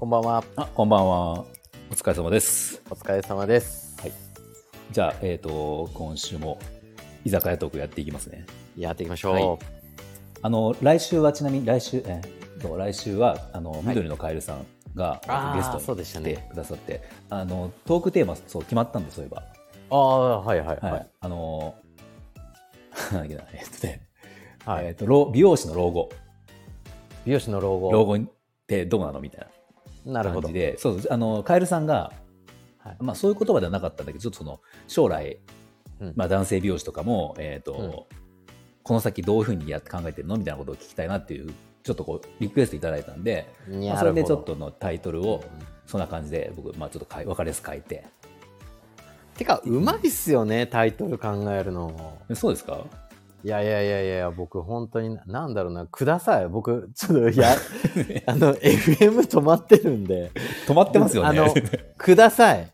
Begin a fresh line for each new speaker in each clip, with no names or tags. ばんは。
あ、こんばんは。お疲れ様です。
お疲れ様です。
はいじゃあ、えっ、と、今週も居酒屋トークやっていきますね。
やっていきましょう。
はいあの、来週はちなみに、来週、えーと来週は、あの、緑のカエルさんが、
あー
ゲスト
そう
に
でした
来
ね
てくださって、あの、トークテーマ、そう、決まったんだ、そういえば。
ああ、はいはい
はい。
はい。
あの、 なんだっけなえっ、とね、
はい
えっ、と老、美容師の老後。
美容師の老後。
老後ってどうなのみたいな。
なるほ
感
ど
じ。で、そうあのカエルさんが、
はい
まあ、そういう言葉ではなかったんだけどちょっとその将来、
うん
まあ、男性美容師とかも、えーとこの先どういうふうにやって考えてるのみたいなことを聞きたいなっていうちょっとこうリクエストいただいたんで、まあ
な
そ
る
れ
ほど
でちょっとのタイトルをそんな感じで僕、まあ、ちょっとかい分かりやすく書いて
てか、うまいっすよね、タイトル考えるの。
えそうですか
いやいやいやいや、僕、本当に、なんだろうな、ください。僕、ちょっと、い や、あの、FM 止まってるんで、
止まってますよね
あの
い
ください。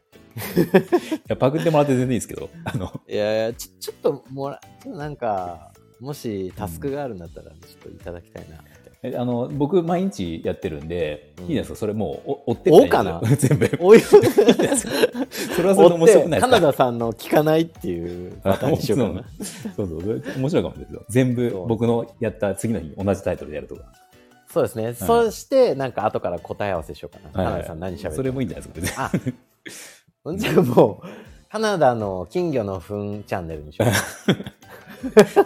やパクってもらって全然いいですけどあの
いやいや、ちょ、ちょっともら、ちょっとなんか、もしタスクがあるんだったら、ちょっといただきたいなって。
えあの僕毎日やってるんで、
うん
いいですかそれもうお追ってったらいいです
追
よ
おうかな
全部
おい
それはそれで面白くないで
カ
すか
ナダさんの聞かないっていうパターンにしようかな。
そうそうそう面白いかもしれないですよ全部
そう
僕のやった次の日同じタイトルでやるとか、
そうですね。そして、なんか後から答え合わせしようかな。カナダさん何
そ
喋
れ
る
もいいんじゃないですか別に
あ、じゃあもう、カナダの金魚の糞チャンネルにしようかな。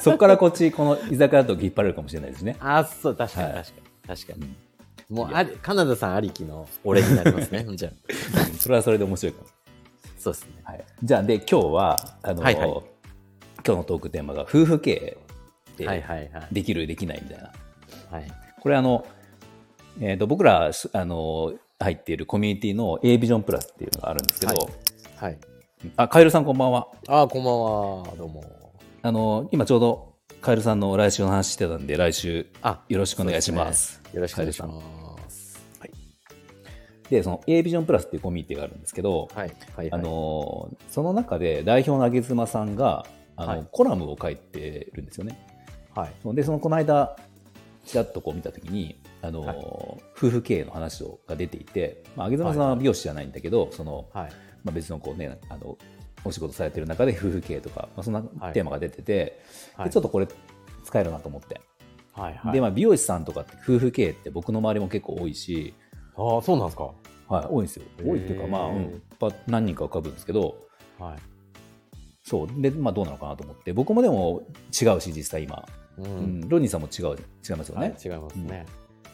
そこからこっちこの居酒屋と引っ張れるかもしれないですね
あ、そう、確かに
はい
確かに。確か
うん
に。もうあり、カナダさんありきの俺になります ね。じゃあ、
それはそれで面白いかも、
そうですね。
はい、じゃあで今日はあの、
はいはい
今日のトークテーマが夫婦経営で、
はいはいはい。
できるできないみたいな
はい、
これあの、えー、と僕らあの入っているコミュニティの A ビジョンプラスっていうのがあるんですけど、
ははい。
あカエルさんこんばんは
あ、こんばんは。どうも。
あの今ちょうどカエルさんの来週の話してたんで来週
あ、
よろしくお願いします。
よろしくお願いします。
で、その A ビジョンプラスっていうコミュニティがあるんですけど、
はい。はい。
あ、のーその中で代表のあげずまさんがあの、
はい
コラムを書いてるんですよね。
はい。
で、そのこの間、ちらっとこう見たときに、あのー
はい
夫婦経営の話をが出ていて、まあ、あげずまさんは美容師じゃないんだけど、その
はい。
まあ、別のこう、ね、あのお仕事されてる中で夫婦経営とか、まあ、そんなテーマが出てて、
はい
でちょっとこれ使えるなと思って。
はいはい。
で、まあ、美容師さんとかって夫婦経営って僕の周りも結構多いし、
ああ、そうなんですか。
はい、多いんですよ。
へー
多いっていうか、まあ、うん、やっぱ何人か浮かぶんですけど、
はい。
そう、で、まあ、どうなのかなと思って、僕もでも違うし、実際今、
う。
うんん、ロニーさんも違う、違いますよ
はい
ね。
違いますね。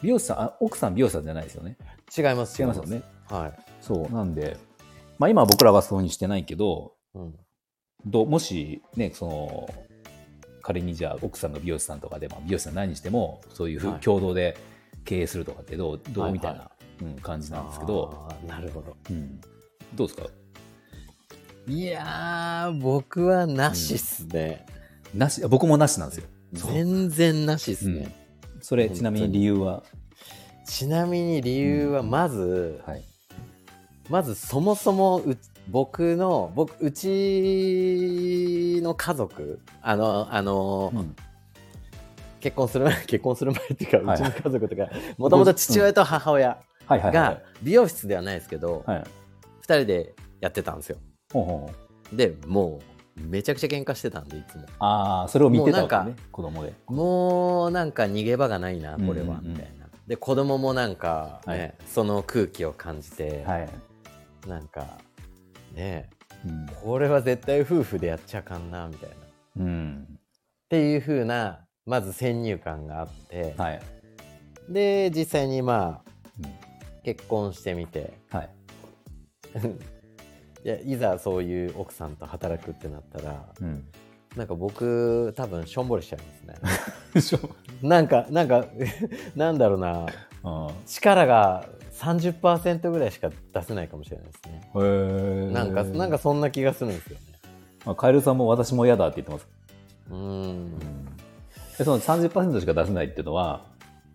美容師さんあ、奥さん美容師さんじゃないですよね。
違います。
違いますよね。
はい。
そう、なんで、まあ、今は僕らはそうにしてないけど、
うん。
どうもし、ね、その、仮にじゃあ奥さんが美容師さんとかで、まあ、美容師さん何にしても、そういうふう
はい
共同で経営するとかってどう、ど
は
う
い
みたいな、うん、感じなんですけど、
あー。なるほど。
うん、どうですか
いやー、僕はなしっすね。
なし、僕もなしなんですよ。そう
全然なしっす
う
ね
ん。それ
本当に
ちなみに理由は、
ちなみに理由は、まず、
はい、
まずそもそもう僕の、僕、うちの家族、あの、あの、結婚する前、 結婚する前っていうか、
は
う
い
ちの家族とか、もともと父親と母親
はいはいはいは
が美容室ではないですけど、
いはい
二人でやってたんですよ。
ほうほうほう
でもうめちゃくちゃ喧嘩してたんでいつも
ああそれを見てたわけ
もうな
ね
ん
子供で
もうなんか逃げ場がないなこれは
うんうんうん
みたいな、で子供もなんか、ね
はい
その空気を感じて、
はい、
なんかね
うん
これは絶対夫婦でやっちゃあかんなみたいなっ
うん
ていう風なまず先入観があって、
はい
で実際にまあ
うん
結婚してみて
はい
いやいざそういう奥さんと働くってなったら
うん
なんか僕多分しょんぼりしちゃいますね
しょう
なんかなんか なんだろうな
あ
力が30%ぐらいしか出せないかもしれないですね。
ーへえ
なんか、なんかそんな気がするんですよね。
まあ、カエルさんも私も嫌だって言ってます、
うーん。
えその30%しか出せないっていうのは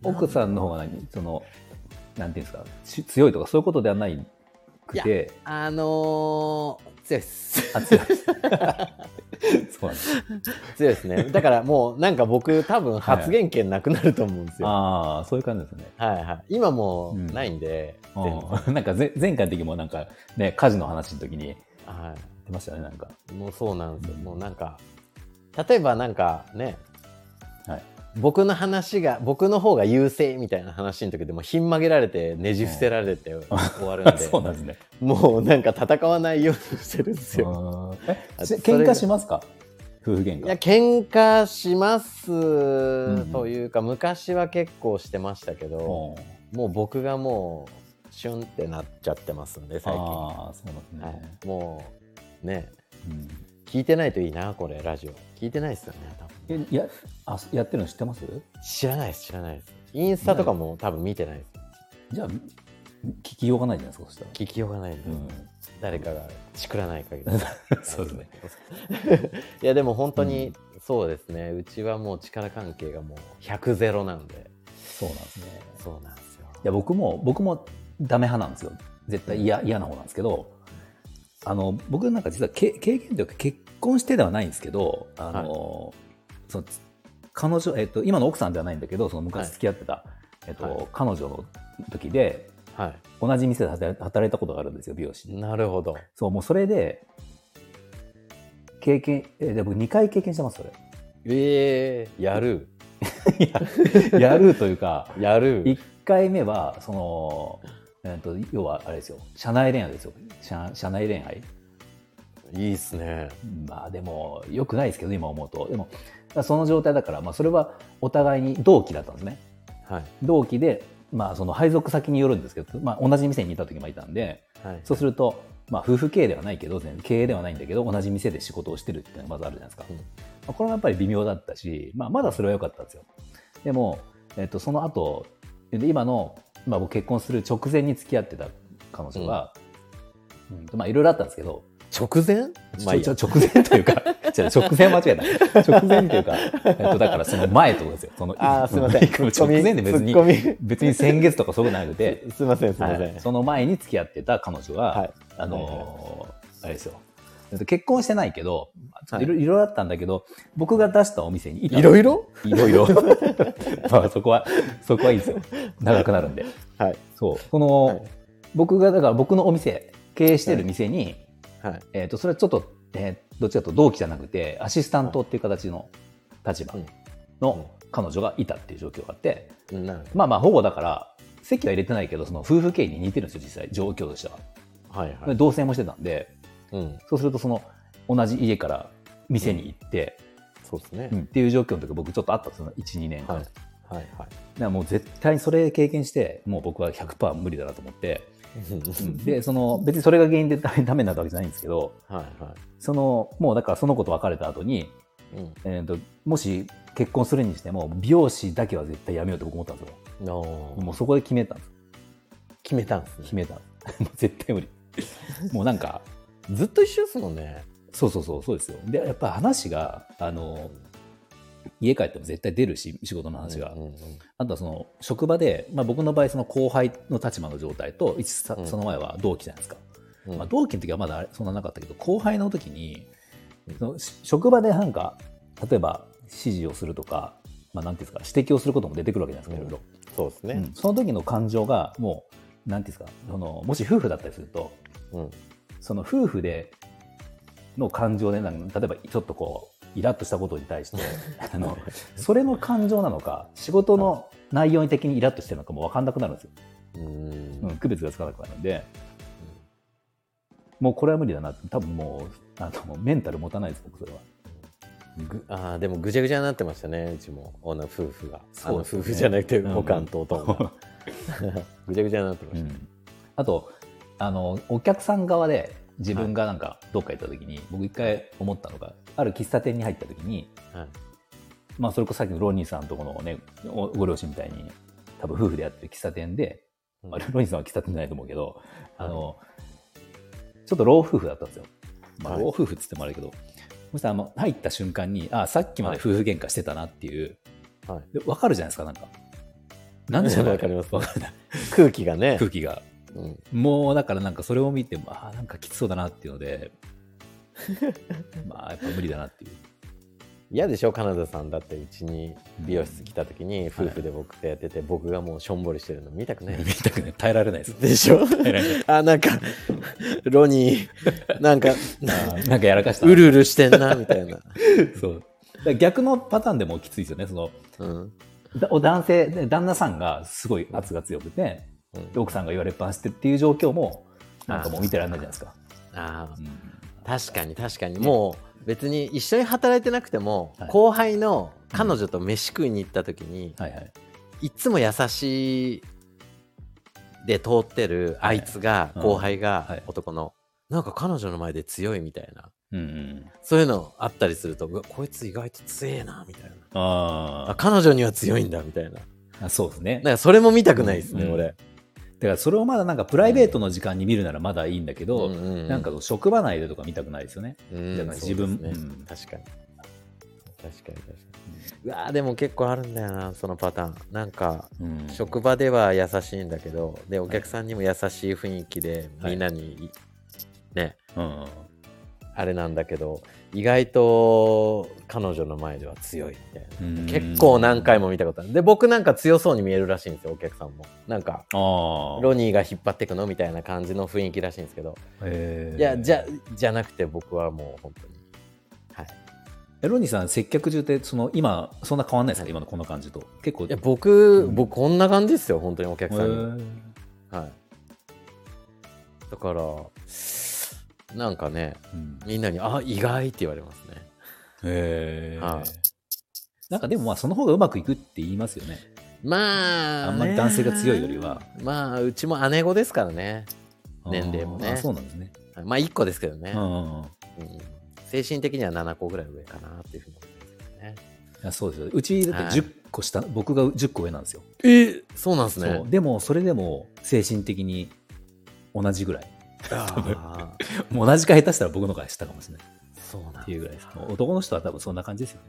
奥さんの方が何そのなんていうんですかし強いとかそういうことではないくて、
あのー、強いっす。
あ強いそうなんです
強いですね。だからもうなんか僕多分発言権なくなると思うんですよ。は
ああ、そういう感じですね。
いはい。今もううんないんで、全部
うんなんかぜ前回の時もなんかね、火事の話の時に言っ
は
てましたよね、なんか。
い。もうそうなんですよ。
うん
もうなんか、例えばなんかね、
はい。
僕の話が、僕の方が優勢みたいな話の時でもひん曲げられてねじ伏せられて終わるん で、
そうなんですね。
もうなんか戦わないようにしてるんですよ。
うんえ
あ
し
それ
喧嘩しますか夫婦喧
いや
嘩。
喧嘩します、
ん
というか昔は結構してましたけど、
うん
もう僕がもうシュンってなっちゃってますんで最近、は
ああ、そうなんですね。
い、もうね
うん
聞いてないといいなこれラジオ聞いてないですよね多分
えやあやってるの知ってます
知らないです知らないですインスタとかも多分見てないです
じゃあ聞きようがないじゃないですかそしたら、
聞きようがないんで、
う
誰かがチクらない限り
ん、 そうですね
いやでも本当にそうですね、うちはもう力関係がもう100ゼロなんで
そうなんですね
そうなんですよ
いや僕も僕もダメ派なんですよ絶対嫌嫌な方なんですけどあの僕なんか実はけ経験というか結婚してではないんですけどあの、そのつ彼女、えっと、今の奥さんではないんだけどその昔付き合ってた、えっと
はい
彼女の時で
は
同じ店で働い働いたことがあるんですよ美容師で
いなるほど
そう、もうそれで、経験、え、で僕2回経験してます、そ
ええやる
れ。やるというか、
やる
1回目は、その、えっと、要はあれですよ、社内恋愛ですよ。社社内恋愛。
いいっすね
まあでも、良くないですけど、今思うと。でも、その状態だから、まあそれはお互いに同期だったんですね。
はい
同期で、まあその配属先によるんですけど、まあ同じ店にいた時もいたんで、
はい
そうすると、まあ、夫婦経営ではないけど、全経営ではないんだけど、同じ店で仕事をしてるっていうのがまずあるじゃないですか。
うん
まあこれはやっぱり微妙だったし、まあ、まだそれは良かったんですよ。でも、えっと、その後、で今の、まあ、僕結婚する直前に付き合ってた彼女が、うんとまあ、いろいろあったんですけど、
直前
ち
まあいい
ょ
や
ちょ直前というか、 違う直前は間違えた。直前というか、えっと、だからその前ってことですよ。その
あー すいません
直前で別
ツ
に
ッコ、ミ
別に先月とかそういうのなくて、
すいま せんすいません、
はいその前に付き合ってた彼女は、
はい
あのーあれですよえっと結婚してないけど、ちょっといろいろいろだったんだけど、僕が出したお店にいた
いろいろ
いろいろ。 まあそこは、そこはいいですよ。長くなるんで。
はい
そう。その、
はい
僕が、だから僕のお店、経営してる店に、
はい
えっ、と、それはちょっと、えーどっちかというと同期じゃなくて、アシスタントっていう形の立場の彼女がいたっていう状況があって、
うんなる
まあまあ、ほぼだから、席は入れてないけど、その夫婦経営に似てるんですよ、実際、状況としては。
はいは
で
い
同棲もしてたんで、
うん
そうすると、その、同じ家から店に行って、
そうですね、
うんっていう状況の時僕ちょっとあったんですよ、1、2年間。
はい
だか
はいは
らもう絶対にそれ経験して、もう僕は100%無理だなと思って、
い
で、その、別にそれが原因でダメダメになったわけじゃないんですけど、
はいは
その、もうだからその子と別れた後に、
いうん
えーと、もし結婚するにしても、美容師だけは絶対やめようって僕思ったんですよ。
の
もうそこで決めたんです。
決めたんですね
決めた。もう 絶対無理。もうなんか、
ずっと一緒ですもんね
そうそうそう、そうですよ。で、やっぱ話が、あの、家帰っても絶対出るし、仕事の話が。
うんうん
あとはその、職場で、まあ僕の場合、その後輩の立場の状態と、一さ
うん
その前は同期じゃないですか。
うん
まあ同期の時はまだあれそんななかったけど、後輩の時に、そのし職場でなんか、例えば指示をするとか、まあなんていうんですか、指摘をすることも出てくるわけじゃないですか、いろいろ。
そうです
う
ね
んその時の感情が、もう、なんていうんですか、その、もし夫婦だったりすると、
うん
その夫婦での感情でなんか例えばちょっとこうイラッとしたことに対してあのそれの感情なのか仕事の内容的にイラッとしてるのかも分かんなくなるんですよ、
うん
うん、区別がつかなくなるんでもうこれは無理だな多分もうあのメンタル持たないです僕それは。ぐ
ああでもぐちゃぐちゃになってましたねうちも女夫婦があの
そうですね
夫婦じゃなくて
うん
保管とおとんがぐちゃぐちゃになってま
う
し
んあとあのお客さん側で自分がなんかどっか行った時に、僕一回思ったのがある喫茶店に入った時に
た、はい
まあ、それこそさっきのロニーさんとこのね、おご両親みたいに、多分夫婦でやってる喫茶店で、
うん
まあ、ロニーさんは喫茶店じゃないと思うけど、あの、ちょっと老夫婦だったんですよ。まあ、
はい
老夫婦っつってもあれだけど、そしたらあの入った瞬間に、あ、さっきまで夫婦喧嘩してたなっていう、
はい
でわかるじゃないですか、なんか。なんでしょう
わかります
わかるな
空気がね
空気が。
うん。
もうだからなんかそれを見てもああなんかきつそうだなっていう のでまあやっぱ無理だなっていう
嫌でしょ、カナダさんだってうちに美容室来た時に夫婦で僕とやってて、僕がもうしょんぼりしてるの見たくない
見。たくない耐えられないで す
でし ょ
耐えられない
あ、なんか、ロニー、なん か、
あーなんかやらかした
うるうるしてんな、みたいな。
そうだから逆のパターンでもきついですよねその
うん。
だお男性で旦那さんがすごい圧が強くて
うん
で奥さんが言われっぱなしってっていう状況もなんかもう見てらんないじゃないですか、
ああ、
うん
確かに確かに。もう別に一緒に働いてなくても、
はい
後輩の彼女と飯食いに行った時に、
はいはい
いつも優しいで通ってるあいつが、
はい
後輩が、
うんはい
男の、なんか彼女の前で強いみたいな。
うんうん
そういうのあったりすると、うわこいつ意外と強えな、みたいな。あ、
あ
彼女には強いんだ、みたいな。
ーあそうですね
なんかそれも見たくないですね、
うん
俺。
だからそれをまだなんかプライベートの時間に見るならまだいいんだけど、
うんうんうん
なんかこう職場内でとか見たくないですよね。
うん
だから自分
そうですね
うん
確かに確かに確かにうわーでも結構あるんだよなそのパターンなんか
うん
職場では優しいんだけどでお客さんにも優しい雰囲気で
はい
みんなに、ね
うん
あれなんだけど意外と彼女の前では強いみたいな
うん
結構何回も見たことあるで僕なんか強そうに見えるらしいんですよお客さんもなんか
あ
ロニーが引っ張ってくのみたいな感じの雰囲気らしいんですけど
ー
いやじゃじゃなくて僕はもう本当にはい
えロニーさん接客中ってその今そんな変わんないですか今のこんな感じと結構
いや僕、
うん
僕こんな感じですよ本当にお
へ
客さんに、
ー
はい、だからなんかね
うん
みんなに「あ意外」って言われますね
へー
はい
なんかでもまあその方がうまくいくって言いますよね。
まあ
あんまり男性が強いよりは
まあうちも姉子ですからね年齢もね
あーあそうなんですね。
はいまあ1個ですけどね
うん、うんう
う
んい
ん精神的には7個ぐらい上かなっていうふうに思ってますけどね
やそうですよ。うちだって10個下、僕が10個上なんですよ。
えそうなんです
そ
ね
うでもそれでも精神的に同じぐらい
あー
もう同じか下手したら僕の方が下かもしれない
そうなんだ
っていうぐらいですもう男の人は多分そんな感じですよ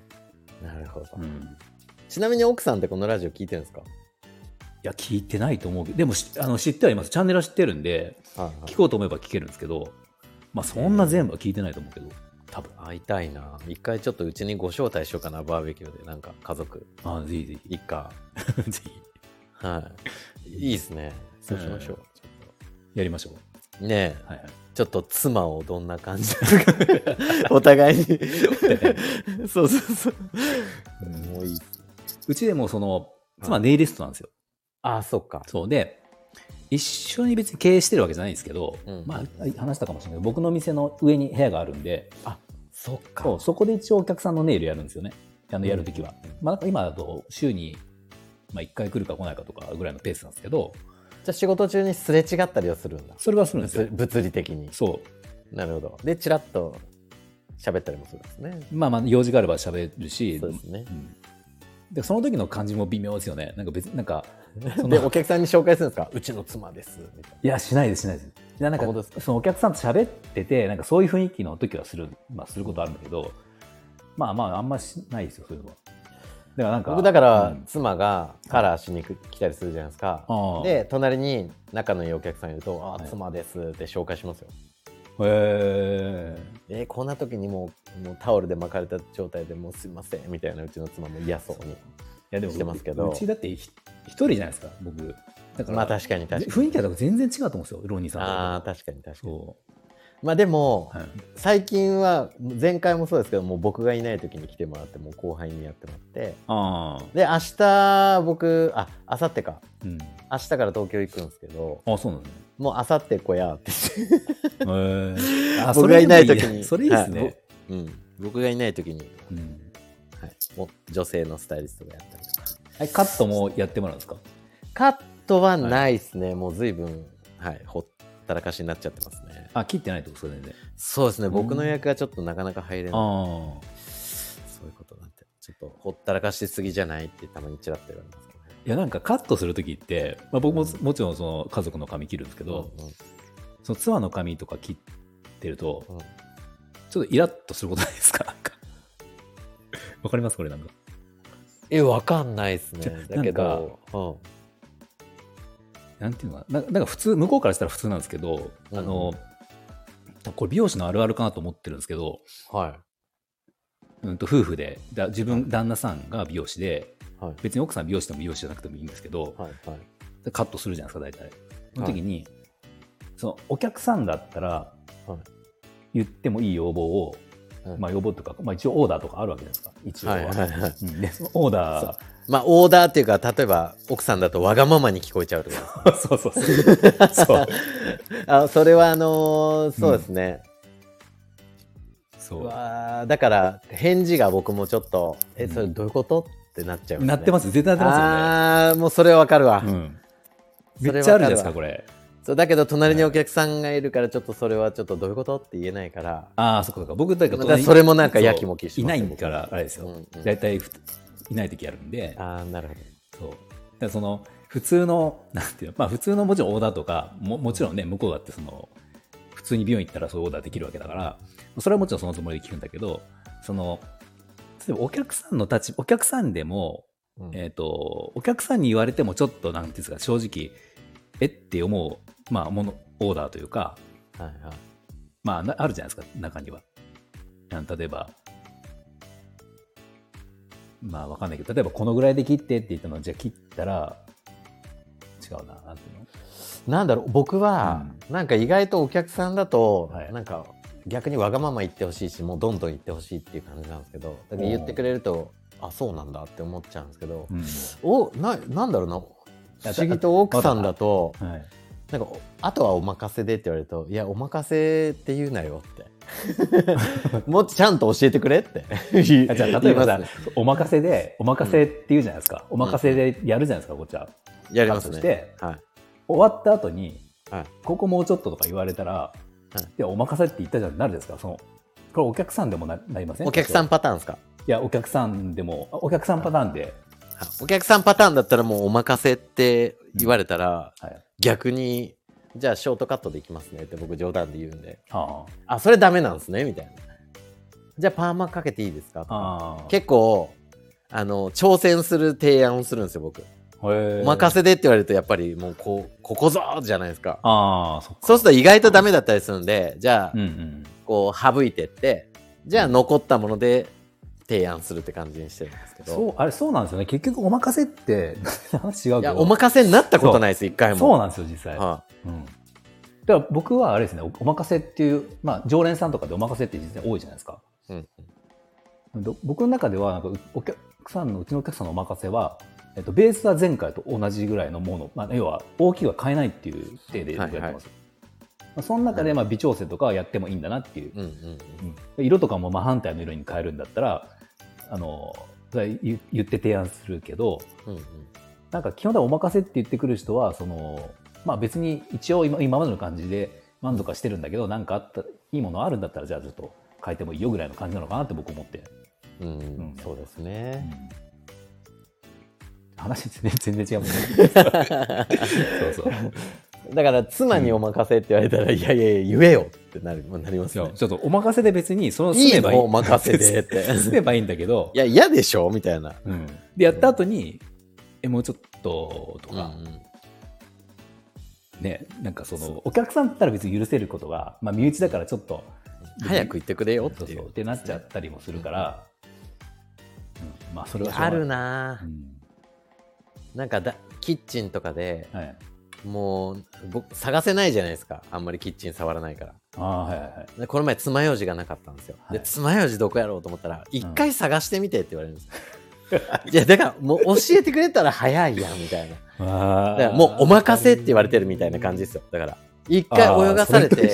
ね、
なるほど、
うん、
ちなみに奥さんってこのラジオ聞いてるんです
いや聞いてないと思うけどでもしあの知ってはいますチャンネルは知ってるんで
か、はいはい
聞こうと思えば聞けるんですけどまあそんな全部は聞いてないと思うけど多分
会いたいな一回ちょっとうちにご招待しようかなバーベキューでなんか家族
あぜひぜ
一家
ひぜひ
はいいいですねそうしましょう、
やりましょう
ねえ
はいはい
ちょっと妻をどんな感じなのかお互いにそうそうそう、
うん
もういいっす
うちでもその妻ネイリストなんですよ
ああそっか
そうで一緒に別に経営してるわけじゃないんですけど、
うん
まあ、話したかもしれないけど僕の店の上に部屋があるんで
そっか
そうそこで一応お客さんのネイルやるんですよねあのやるときは、
うん
まあ、なんか今だと週に、まあ、1回来るか来ないかとかぐらいのペースなんですけど
じゃあ仕事中にすれ違ったりはするんだ
それはするんですよ
物物理的に
そ
なるほどでチラッと喋ったりもするんですね
うまあまあ用事があれば喋るし
そうですね
うんでその時の感じも微妙ですよねなんか別になんかそ
で
の
お客さんに紹介するんですかうちの妻ですみたいない
やしないですしないですいやなんか
あ本当ですか
そのお客さんと喋っててなんかそういう雰囲気の時はする,、まあ、することあるんだけどまあまああんましないですよそういうのはだからなんか
僕だから
うん
妻がカラーしにく来たりするじゃないですか、
ああ
で隣に仲のいいお客さんいると「あ
はい
妻です」って紹介しますよ、
へえ
えーこんな時にもうもうタオルで巻かれた状態でもうすいませんみたいなうちの妻も嫌そうに
いやでも
してますけど
うちだってひ一人じゃないですか僕だから、
まあ確かに確かに
雰囲気は多分全然違うと思うんですよロニーさんと
ああ確かに確かに
そ
まあでも、
う、はい、
最近は前回もそうですけどもう僕がいない時に来てもらってもう後輩にやってもらって
ああ
で明日僕あ明後日か
うん
明日から東京行くんですけど
あそうなんですね
もう明後日小屋って
へ ーあ
僕がいない時に
それいいですね、
はいうん、僕がいない時に、
うん
はい、もう女性のスタイリストがやったりとか
はい、カットもやってもらうんですか
カットはないですね、もう随分、はい、ほったらかしになっちゃってますね
あ切ってないってことですか全然
そうですね
ん
僕の予約がちょっとなかなか入れない、
ああ
そういうことなんてちょっとほったらかしすぎじゃないってたまにちらっと言われますけどね
いやなんかカットする時って、まあ、僕も
うん
もちろんその家族の髪切るんですけど、
うんうん
その妻の髪とか切ってると
うん
ちょっとイラッとすることないですかなんかわかりますこれなんか
えわかんないですね
じゃ
だけど、
なんていうのかな、なんかなんか普通、向こうからしたら普通なんですけど、
うん
あの、多分これ美容師のあるあるかなと思ってるんですけど、
は
うん、と夫婦でだ自分旦那さんが美容師で
い。はい。
別に奥さん美容師でも美容師じゃなくてもいいんですけど、
はい。はい。
カットするじゃないですか大体その時に、そのお客さんだったら
はい
言ってもいい要望を、
はい
まあ要望とか、まあ、一応オーダーとかあるわけじゃないですか一応は、
はいはいはい
うんでそのオーダー
まあ、オーダーっていうか、例えば、奥さんだとわがままに聞こえちゃうと か。
そうそうそう そう
あ、それは、あのーそうですね。
そう
うわーだから、返事が僕もちょっと、え、それどういうことってなっちゃう、。
なってますす絶対なってま
ああ、もうそれはわかるわ、
すよね、うん
それ
めっちゃあるじゃないです
わか
か
るわ
これ
そう。だけど、隣にお客さんがいるから、ちょっとそれはちょっとどういうことって言えないから。
ああそっかそっか僕だか
ま
ら
たそれもなんかやきもきし
い
ます
ない
僕
からあれですよ、
うんうん
大体ふいない時やるんで
ああ、なるほど。
そう。だからその、普通の、なんていうの、まあ普通のもちろんオーダーとか、ももちろんね、向こうだってその、普通に美容院行ったらそういうオーダーできるわけだから、それはもちろんそのつもりで聞くんだけど、その、例えばお客さんの立ち、お客さんでも、
うん
えっ、と、お客さんに言われてもちょっと、なんていうんですか、正直、えって思う、まあ、もの、オーダーというか、
はいはい。
まあ、なあるじゃないですか、中には。あの例えば、まあ、わかんないけど、例えばこのぐらいで切ってって言ったのをじゃあ切ったら、違うな、なんていうの
なんだろう僕は、なんか意外とお客さんだと、
はい
なんか逆にわがまま言ってほしいしもうどんどん言ってほしいっていう感じなんですけどだから言ってくれるとあそうなんだって思っちゃうんですけど、
うん
おななんだろうな
や
不思議と奥さんだと
はい、
なんかあとはお任せでって言われるといやお任せって言うなよって もっとちゃんと教えてくれって
あじゃあ例えばさ、お任せで、お任せって言うじゃないですか。お任せでやるじゃないですか、こっちは。
やり
カ
ま
ッ
す
トし
ね
て、
はい
終わった後に、
はい
ここもうちょっととか言われたら、い、や、お任せって言ったじゃん、なるですか。そのこれお客さんでもななりません
お客さん
い
パターンですか
や、お客さんでも、あお客さんパターンで、
はいお客さんパターンだったらもうお任せって言われたら、
はい、
逆にじゃあショートカットでいきますねって僕冗談で言うんで
あ
あそれダメなんですねみたいなじゃあパーマかけていいですかとか
あ
結構あの挑戦する提案をするんですよ僕
構、へ
お
え
任せでって言われるとやっぱりもうこうここぞじゃないですか
ああ、そっか。
そうすると意外とダメだったりするんでじゃ
うん
あ
うん。
こう省いてってじゃあ残ったもので提案するって感じにしてるんですけど
そう、あれ、そうなんですよね。結局、お任せって、 話違う
い
け
や
ど。
お任せになったことないです一回も
そうなんですよ、実際。
は
うん。だから僕はあれですね、おお任せっていう、まあ、常連さんとかでお任せって実際多いじゃないですか。
いうん
ど僕の中では、なんか、お客さんの、うちのお客さんのお任せは、えっと、ベースは前回と同じぐらいのもの、まあ、要は大きくは変えないっていう体で僕やってます。まあその中で、まあ、微調整とかはやってもいいんだなっていう
うんうん
色とかも真反対の色に変えるんだったらあのそれは言言って提案するけど
うんうん
なんか基本ではお任せって言ってくる人はその、まあ、別に一応今今までの感じで満足はしてるんだけど何かあったいいものあるんだったらじゃあちょっと変えてもいいよぐらいの感じなのかなって僕思って、
うん、
ん
そうです
う
ね。
ん話全然違うもんねそうそう
だから妻にお任せって言われたら、いやいやいや言えよってなるなります
そ
ね
う。ちょっとお任せで別にその
い
住
い
めばいい
のお任せでって。
住めばいいんだけど
いや嫌でしょみたいな。
うんでやった後に、えもうちょっとと
うんう
か、
ん
ねなんかそのお客さんだったら別に許せることが、まあ、身内だからちょっと
早く言ってくれよっ
そう
てい
そう
う
っ。てなっちゃったりもするから、うんまあそれはしょう
あ
がない
るな
う
ぁ
ん
なんかだキッチンとかで
はい、
もう僕探せないじゃないですかあんまりキッチン触らないから
ああはいはいはい
でこの前爪楊枝がなかったんですよ、
はい
で爪楊枝どこやろうと思ったら一回探してみてって言われるん です、いやだからもう教えてくれたら早いやんみたいな
あ
だからもうお任せって言われてるみたいな感じですよ。だから、一回泳がされて、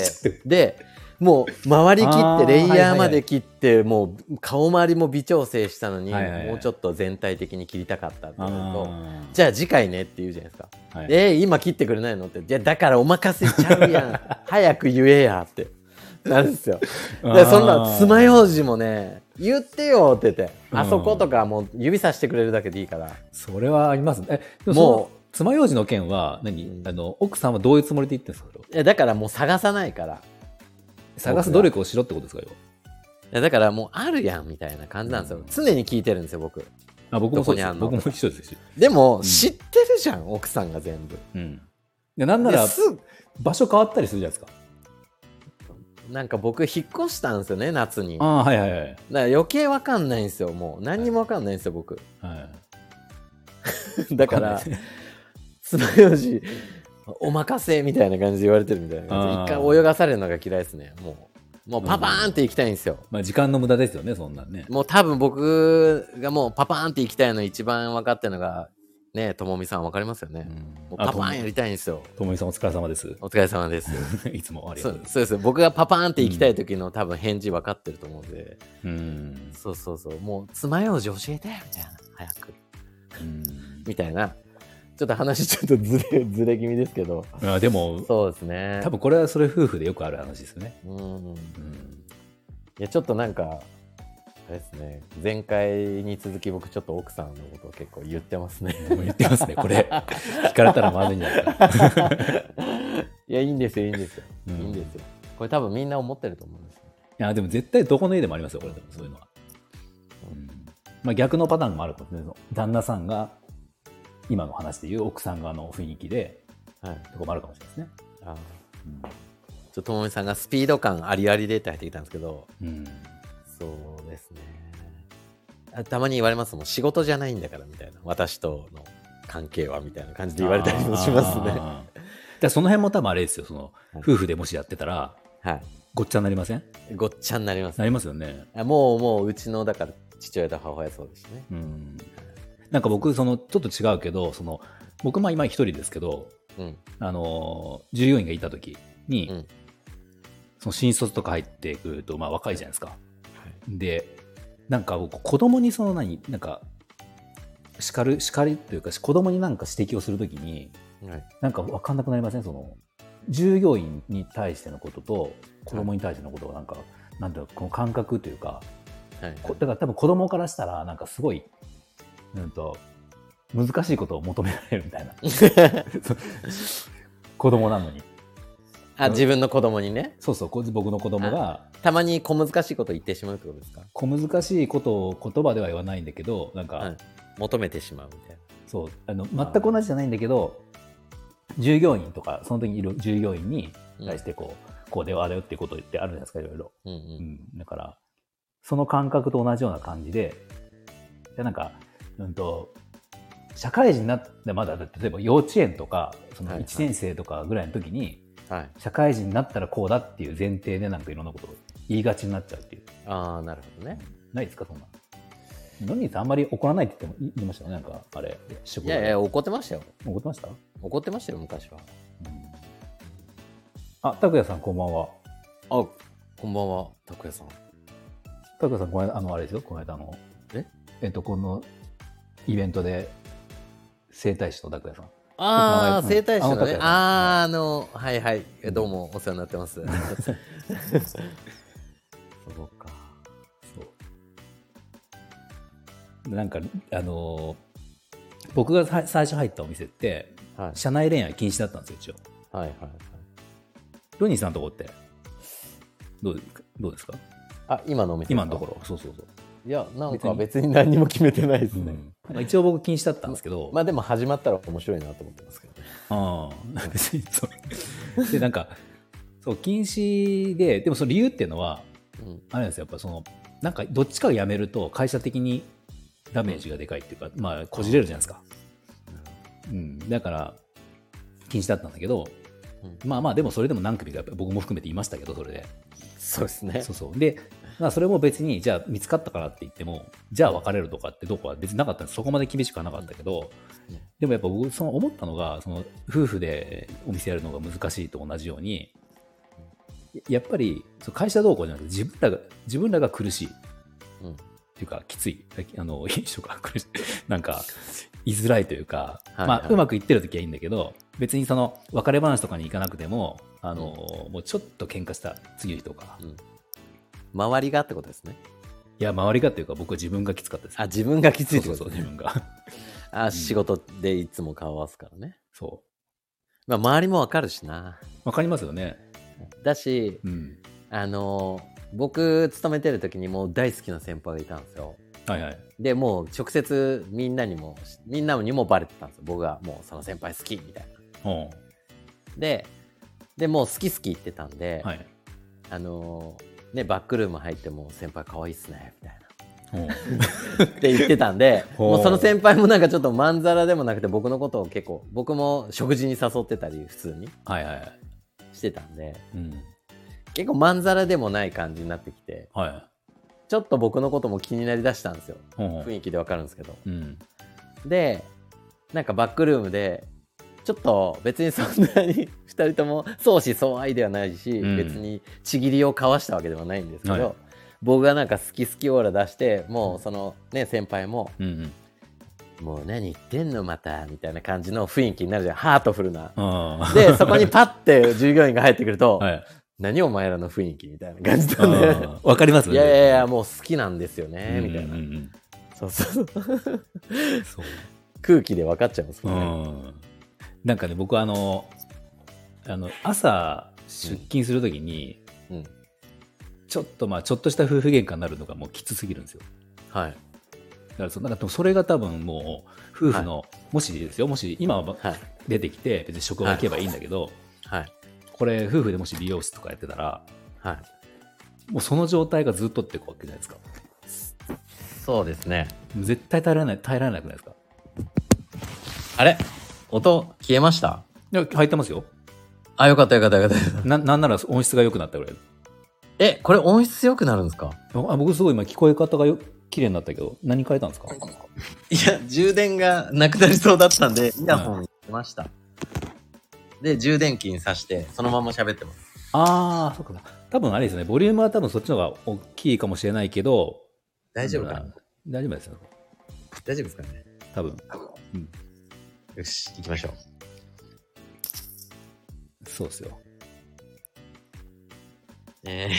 で、もう回り切
あ
って、
ー
レイ
はいはい
ヤ
は
ー
い
まで切って、もう顔周りも微調整したのに、
はいはいはい
もうちょっと全体的に切りたかったってな
あ
ると、
あ
じゃあ次回ねって言うじゃないですか。
ーは い
えー、今切ってくれないのって、じゃだからお任せちゃうや ん。早く言えやって。なるんですよ。だからそん
あ
な、
ー
爪楊枝もね、言ってよって言って、
うん
あそことかもう指さしてくれるだけでいいから。
それはありますねえでも
も
もう爪楊枝の件は何、
うん
あの奥さんはどういうつもりで言ってるんですかそれを
いやだからもう探さないから。
探す努力をしろってことですかよ
いやだからもうあるやんみたいな感じなんですよ、
うん
常に聞いてるんですよ僕
あ僕もそうです
どこにあんの
僕も一緒ですし、
でも、
ん
知ってるじゃん奥さんが全部
うん、でなんな
で
ら
す
場所変わったりするじゃないですか。
なんか僕引っ越したんですよね夏にだ
あ
か
あ、はいはいはい。
ら余計わかんないんですよもう何にもわかんないんですよ僕
はい、
だから爪楊枝お任せみたいな感じで言われてるみたいな感じで
あー
一回泳がされるのが嫌いですねもうもうパパーンって行きたいんですよ、
まあ時間の無駄ですよね、そんなんね。
もう多分僕がもうパパーンって行きたいの一番分かってるのがねともみさん分かりますよね、もうパパーンや
り。
りたいんですよ
ともみさんお疲れ様です。
お疲れ様です
いつもあり
そ
がと
う
うございます。
そうです僕がパパーンって行きたい時の多分返事分かってると思うんで、
うん。
そうそうそうもう爪楊枝教えてみたいな早く
うん
みたいなちょっと話ちょっとずれずれ気味ですけど
あでも、
そうですね
多分これはそれ夫婦でよくある話ですよね。
うん
うん
いやちょっとなんかあれですね前回に続き僕ちょっと奥さんのことを結構言ってます ね
もう言ってますね、これ。 聞かれたらまずいんじゃないか。
いやいいんですよいいんですよ、
うん
いいんですよこれ多分みんな思ってると思うんですよ
いや、でも絶対どこの家でもありますよ、これでも、そういうのは。うんまあ、逆のパターンもあるかもしれないですね。旦那さんが、今の話でいう奥さん側の雰囲気で、
はい
とこもあるかもしれないですね。
あーちょっとともみさんがスピード感ありありでって入ってきたんですけど
うん。うん
そうですねあたまに言われますもん仕事じゃないんだからみたいな私との関係はみたいな感じで言われたりもしますね
あー。だからその辺も多分あれですよ、その、
い
夫婦でもしやってたら、
は
ごっちゃになりません
いごっちゃになります
なりますよね。
あもうもううちのだから父親と母親そうですね
うん。なんか僕、その、ちょっと違うけど、その、僕、まあ今一人ですけど、
うん
あのー従業員がいた時に、
うん
その新卒とか入ってくると、まあ、若いじゃないですか。でなんか僕子供にその何なんか叱る叱りというか子供になんか指摘をするときに
はい
なんか分かんなくなりませんその従業員に対してのことと子供に対してのことがなんか、なんていうのこの感覚というか
はい
こだから多分子供からしたらなんかすごいうんと難しいことを求められるみたい なそう子供なのに
あ自分の子供にね
そうそうこ僕の子供が
たまに小難しいこと言ってしまうってことですか、
小難しいことを言葉では言わないんだけどなんか、
はい、求めてしまうみたい
そうあの全く同じじゃないんだけど従業員とかその時にいる従業員に
な
対してこう、こうではあれよっていうことってあるじゃないですかいろいろ、
うん
う
うん
ん、だからその感覚と同じような感じででなんか、うん、と社会人になってまだ例えば幼稚園とかそ
は
の
いはい
1年生とかぐらいの時に、
はい
社会人になったらこうだっていう前提でなんかいろんなことを言いがちになっちゃうっていう
ああなるほどね
ないですかそんなのにさんあんまり怒らないって言っても言いましたよねなんかあれ仕
い
事で
やいや怒ってましたよ
怒ってました
怒ってましたよ昔は
あ、拓也さん、こんばんは。
あこんばん は拓也さん
拓也さん、この間、あの、あれですよ、この間、あの、
え
えっと、このイベントで、整体師の拓也さん。
ああ
うん
整体師
あ
の
の拓
ね
也さん
あああのはいはいどうもお世話になってます そうか
そう。なんか、あのー僕がさ最初入ったお店って、
はい
社内恋愛禁止だったんですよ、一
はいはいはい
応。ロニーさんのとこって、どうどうですか
あ今のお店
今のところ。そうそうそう。
いやなんか別に何にも決めてないです
う
ね、
んなんか一応僕禁止だったんですけど、
まあでも始まったら面白いなと思ってますけどね
ああ、 別にそう。で、なんか、そう、禁止で、でもその理由っていうのは、
うん
あれなんですよ、やっぱその、なんかどっちかをやめると、会社的にダメージがでかいっていうか、まあ、こじれるじゃないですか。うん。だから、禁止だったんだけど、
うん
まあまあ、でもそれでも何組か、やっぱ僕も含めていましたけど、それで。
そうですね
そうそう。で、まあ、それも別に、じゃあ見つかったからって言っても、じゃあ別れるとかってどこは別になかったんです。そこまで厳しくはなかったけど、
うん
でもやっぱ僕、その思ったのが、その夫婦でお店やるのが難しいと同じように、ややっぱりその会社同行じゃなくて自分らが、自分らが苦しいっ
うん
ていうか、きつい、あの、 一緒か、苦しい、なんか、居づらいというか、
はい
ま
は
あ、
いう
まくいってる時はいいんだけど、別にその別れ話とかに行かなくても、あの、もうちょっと喧嘩した次の日とか、
周りがってことですね
いや、周りがっていうか、僕は自分がきつかったです。
あ、自分がきつい
そ
っ
う
て
そう
こと
そう、
ね
自分が。
あ、仕事でいつも顔合わすからね。
そ
まあ、周りもわかるしな。
う。わかりますよね。
だし、
うん。
あのー僕、勤めてる時にもう大好きな先輩がいたんですよ。
はいはい。
で、もう直接みんなにも、みんなにもバレてたんですよ。僕がもうその先輩好きみたいな。
うん。
で、で、もう好き好き言ってたんで、
はい。
あのーね、バックルーム入っても先輩可愛いっすね、みたいな。
うん
って言ってたんで、
ほう
もうその先輩もなんかちょっとまんざらでもなくて、僕のことを結構、僕も食事に誘ってたり、普通に
はいはいはい。
してたんで、
うん。
結構まんざらでもない感じになってきて、
は
ちょっと僕のことも気になりだしたんですよ。
い。うん
雰囲気でわかるんですけど。
うん。
で、なんかバックルームで、ちょっと別にそんなに 2人とも相思相愛ではないし、
うん
別にちぎりを交わしたわけではないんですけど、
はい
僕がなんか好き好きオーラ出してもうそのね先輩も
うんうん。
「もう何言ってんのまた」みたいな感じの雰囲気になるじゃんハートフルな。
あー
でそこにパッて従業員が入ってくると「
はい。
何お前らの雰囲気」みたいな感じ
あ
なんで
ーわかります
「 いやいやいや
ね
もう好きなんですよね」みたい
うんう
なん
うん
そうそうそう
うんそう。
空気で分かっちゃうんです
う
もんね。
ん。なんかね、僕はあの、あの、朝、出勤するときに、
うん
ちょっとまあ、ちょっとした夫婦喧嘩になるのがもうきつすぎるんですよ。
はい
だからそのなんかそれが多分もう夫婦の、もしですよもし今は
はい
出てきて別に職を置けばいいんだけど、
はい
これ夫婦でもし美容室とかやってたら
はい
もうその状態がずっとってくわけじゃないですか
そうですね。
絶対耐えられない耐えられなくないですか
あれ音消えました
いや入ってますよ
あ、よかったよかったよかった。
ななんなら音質が良くなったぐらい
え、これ音質良くなるんですか
あ僕すごい今聞こえ方がよ綺麗になったけど何変えたんですか
いや、充電がなくなりそうだったんで、イヤホン入れました。で、充電器に挿して、そのまま喋ってます。
ああそっか多分あれですねボリュームは多分そっちの方が大きいかもしれないけど
大丈夫かな
大丈夫ですよ
大丈夫ですかね
多分
よし、行きましょう。
そうですよ
え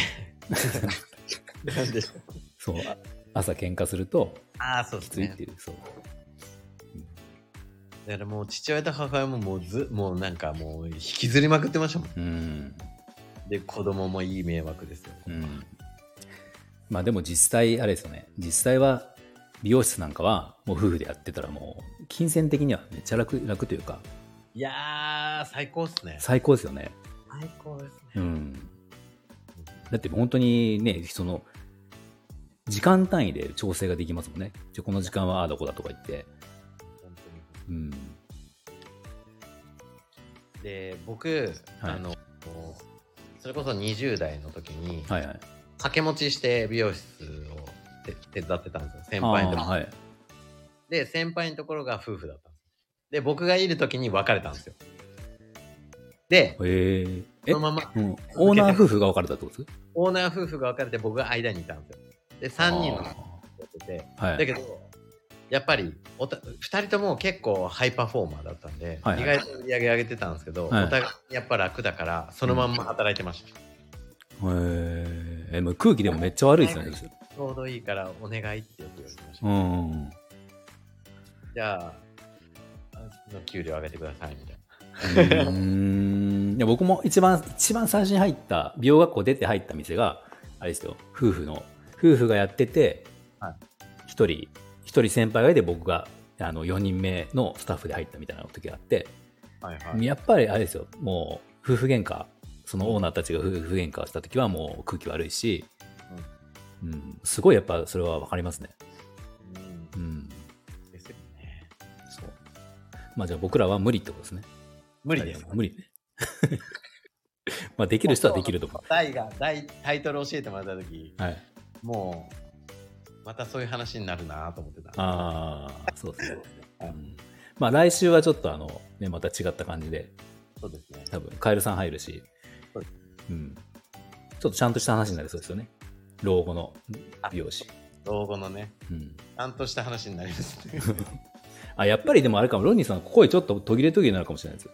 ー。 なんでしょう
そうあ朝喧嘩すると
ああ、そうで
き
す
ついっ
ね
て。いう、そう。
だからもう父親と母親ももうず、もうなんかもう引きずりまくってましたもん。
うん。
で、子供もいい迷惑ですよ。
うん。まあでも実際、あれですよね。実際は、美容室なんかは、もう夫婦でやってたらもう、金銭的にはめっちゃ楽、楽というか、
いやー、最高っすね。
最高ですよね。
最高ですね。
うん。だって本当にね、その、時間単位で調整ができますもんね。じゃあこの時間はああどこだとか言って。
本当に
うん。
で僕、あのそれこそ20代の時に
はいはい。
掛け持ちして美容室を手手伝ってたんですよ先輩のとこ
あーはい。
で先輩のところが夫婦だったんですで僕がいる時に別れたんですよで
へえ
そ
え、
のまま
うんオーナー夫婦が別れたってことです
オーナー夫婦が別れて僕が間にいたんですよで3人の人やってて
あーは
だ
い。
けどやっぱりおた2人とも結構ハイパフォーマーだったんで、
はいはい
意外と売り上げ上げてたんですけど、
はい
お互いやっぱ楽だからそのまんま働いてました、
へえ、もう空気でもめっちゃ悪いですよね。
ちょうどいいからお願いってよく言われてました。
うん。
じゃあ、あの給料上げてくださいみたいな。
うん。いや、僕も一番、一番最初に入った、美容学校出て入った店が、あれですよ、夫婦の、夫婦がやってて
はい、
一、人、一人先輩がいて僕が、あの、4人目のスタッフで入ったみたいな時があって、
はい
やっぱりあれですよ、もう、夫婦喧嘩、そのオーナーたちが夫婦喧嘩をした時はもう空気悪いし、うん、すごいやっぱそれはわかりますね。
うん
うん。
ですよね。
そう。まあじゃあ僕らは無理ってことですね。
無理です。
無理ね。 まあできる人はできるとか。
大が大タイトル教えてもらった時
はい。
もう、またそういう話になるなと思ってた。
ああ、そうですね。うんまあ来週はちょっとあの、ね、また違った感じで、
そうですね。
多分カエルさん入るし
そうで、
うん。ちょっとちゃんとした話になりそうですよね。老後の美容師。
老後のね、
うん。
ちゃんとした話になり ますね。
あ、やっぱりでもあれかも、ロニーさん、声ちょっと途切れ途切れになるかもしれないですよ。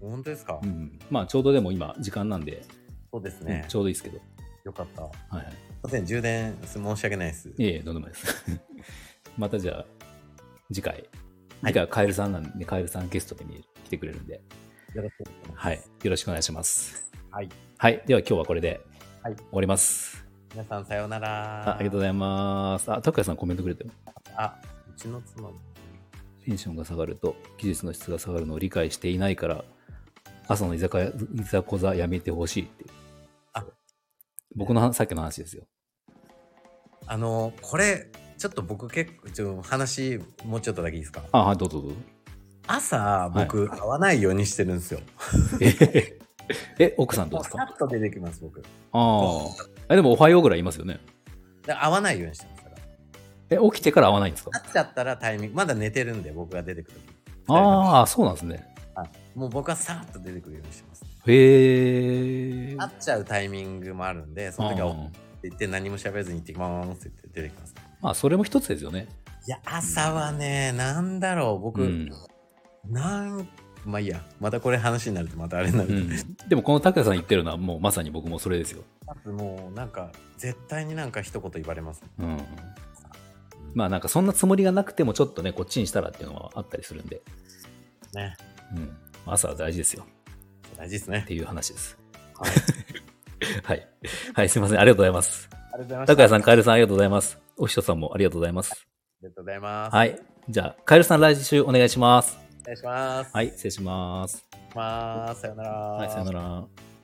本当ですか、
うん。まあちょうどでも今、時間なんで、
そうです
う
ね
ん。ちょうどいいですけど。
よかった。すい
はいはい。
ません、充電す申し訳ないです。
いえいえ、どんでもないです。 またじゃあ、次回。次回はカエルさんなんで、カエルさんゲストで見え来てくれるんで、
よろしくお願いします。
はい。よろしくお願いします。
はい。
はい。では今日はこれで、
はい
終わります。
皆さん、さような
あ
ら。
ありがとうございます。あ、拓也さんコメントくれてる
あ、うちの妻も。
テンションが下がると、技術の質が下がるのを理解していないから、朝の居酒屋、いざこざやめてほしいっていう
あ
僕のはさっきの話ですよ。
あのこれちょっと僕結構ちょっと話もうちょっとだけいいですか
あ、はい、どう ぞどうぞ。
朝僕、会わないようにしてるんですよ
え、え奥さんど
も
う
う
です
さ
か
っと出てきます僕
ああ。え、でもおはようぐらいいますよね。
で会わないようにしてますから
え、起きてから会わないんですか
会っちゃったらタイミングまだ寝てるんで僕が出てくる時
ああ、そうなんですね。
もう僕はさっと出てくるようにしてます
へえ。
会っちゃうタイミングもあるんでその時は起きて言って何も喋らずに行ってきますって言って出てきます
まあ、それも一つですよね。
いや朝はね、なんだろう僕、
うん
なんまあいいやまたこれ話になるとまたあれにな
う
る、
ん、でも、この拓也さん言ってるのは、もうまさに僕もそれですよ。
もうなんか絶対になんか一言言われます、
うん。まあ、なんかそんなつもりがなくても、ちょっとね、こっちにしたらっていうのはあったりするんで、
ね
うん。朝は大事ですよ。
大事です
っ
ね
ていう話です。 はい。はい、すいません。ありがとうございます。
ありがとうございました
高谷さん、カエルさん、ありがとうございます。おひとさんもありがとうございます。
ありがとうございます、
はい。じゃあ、カエルさん、来週お願いします。
お願いします、
はい、失礼します。
まあさよなら
はい、さよなら。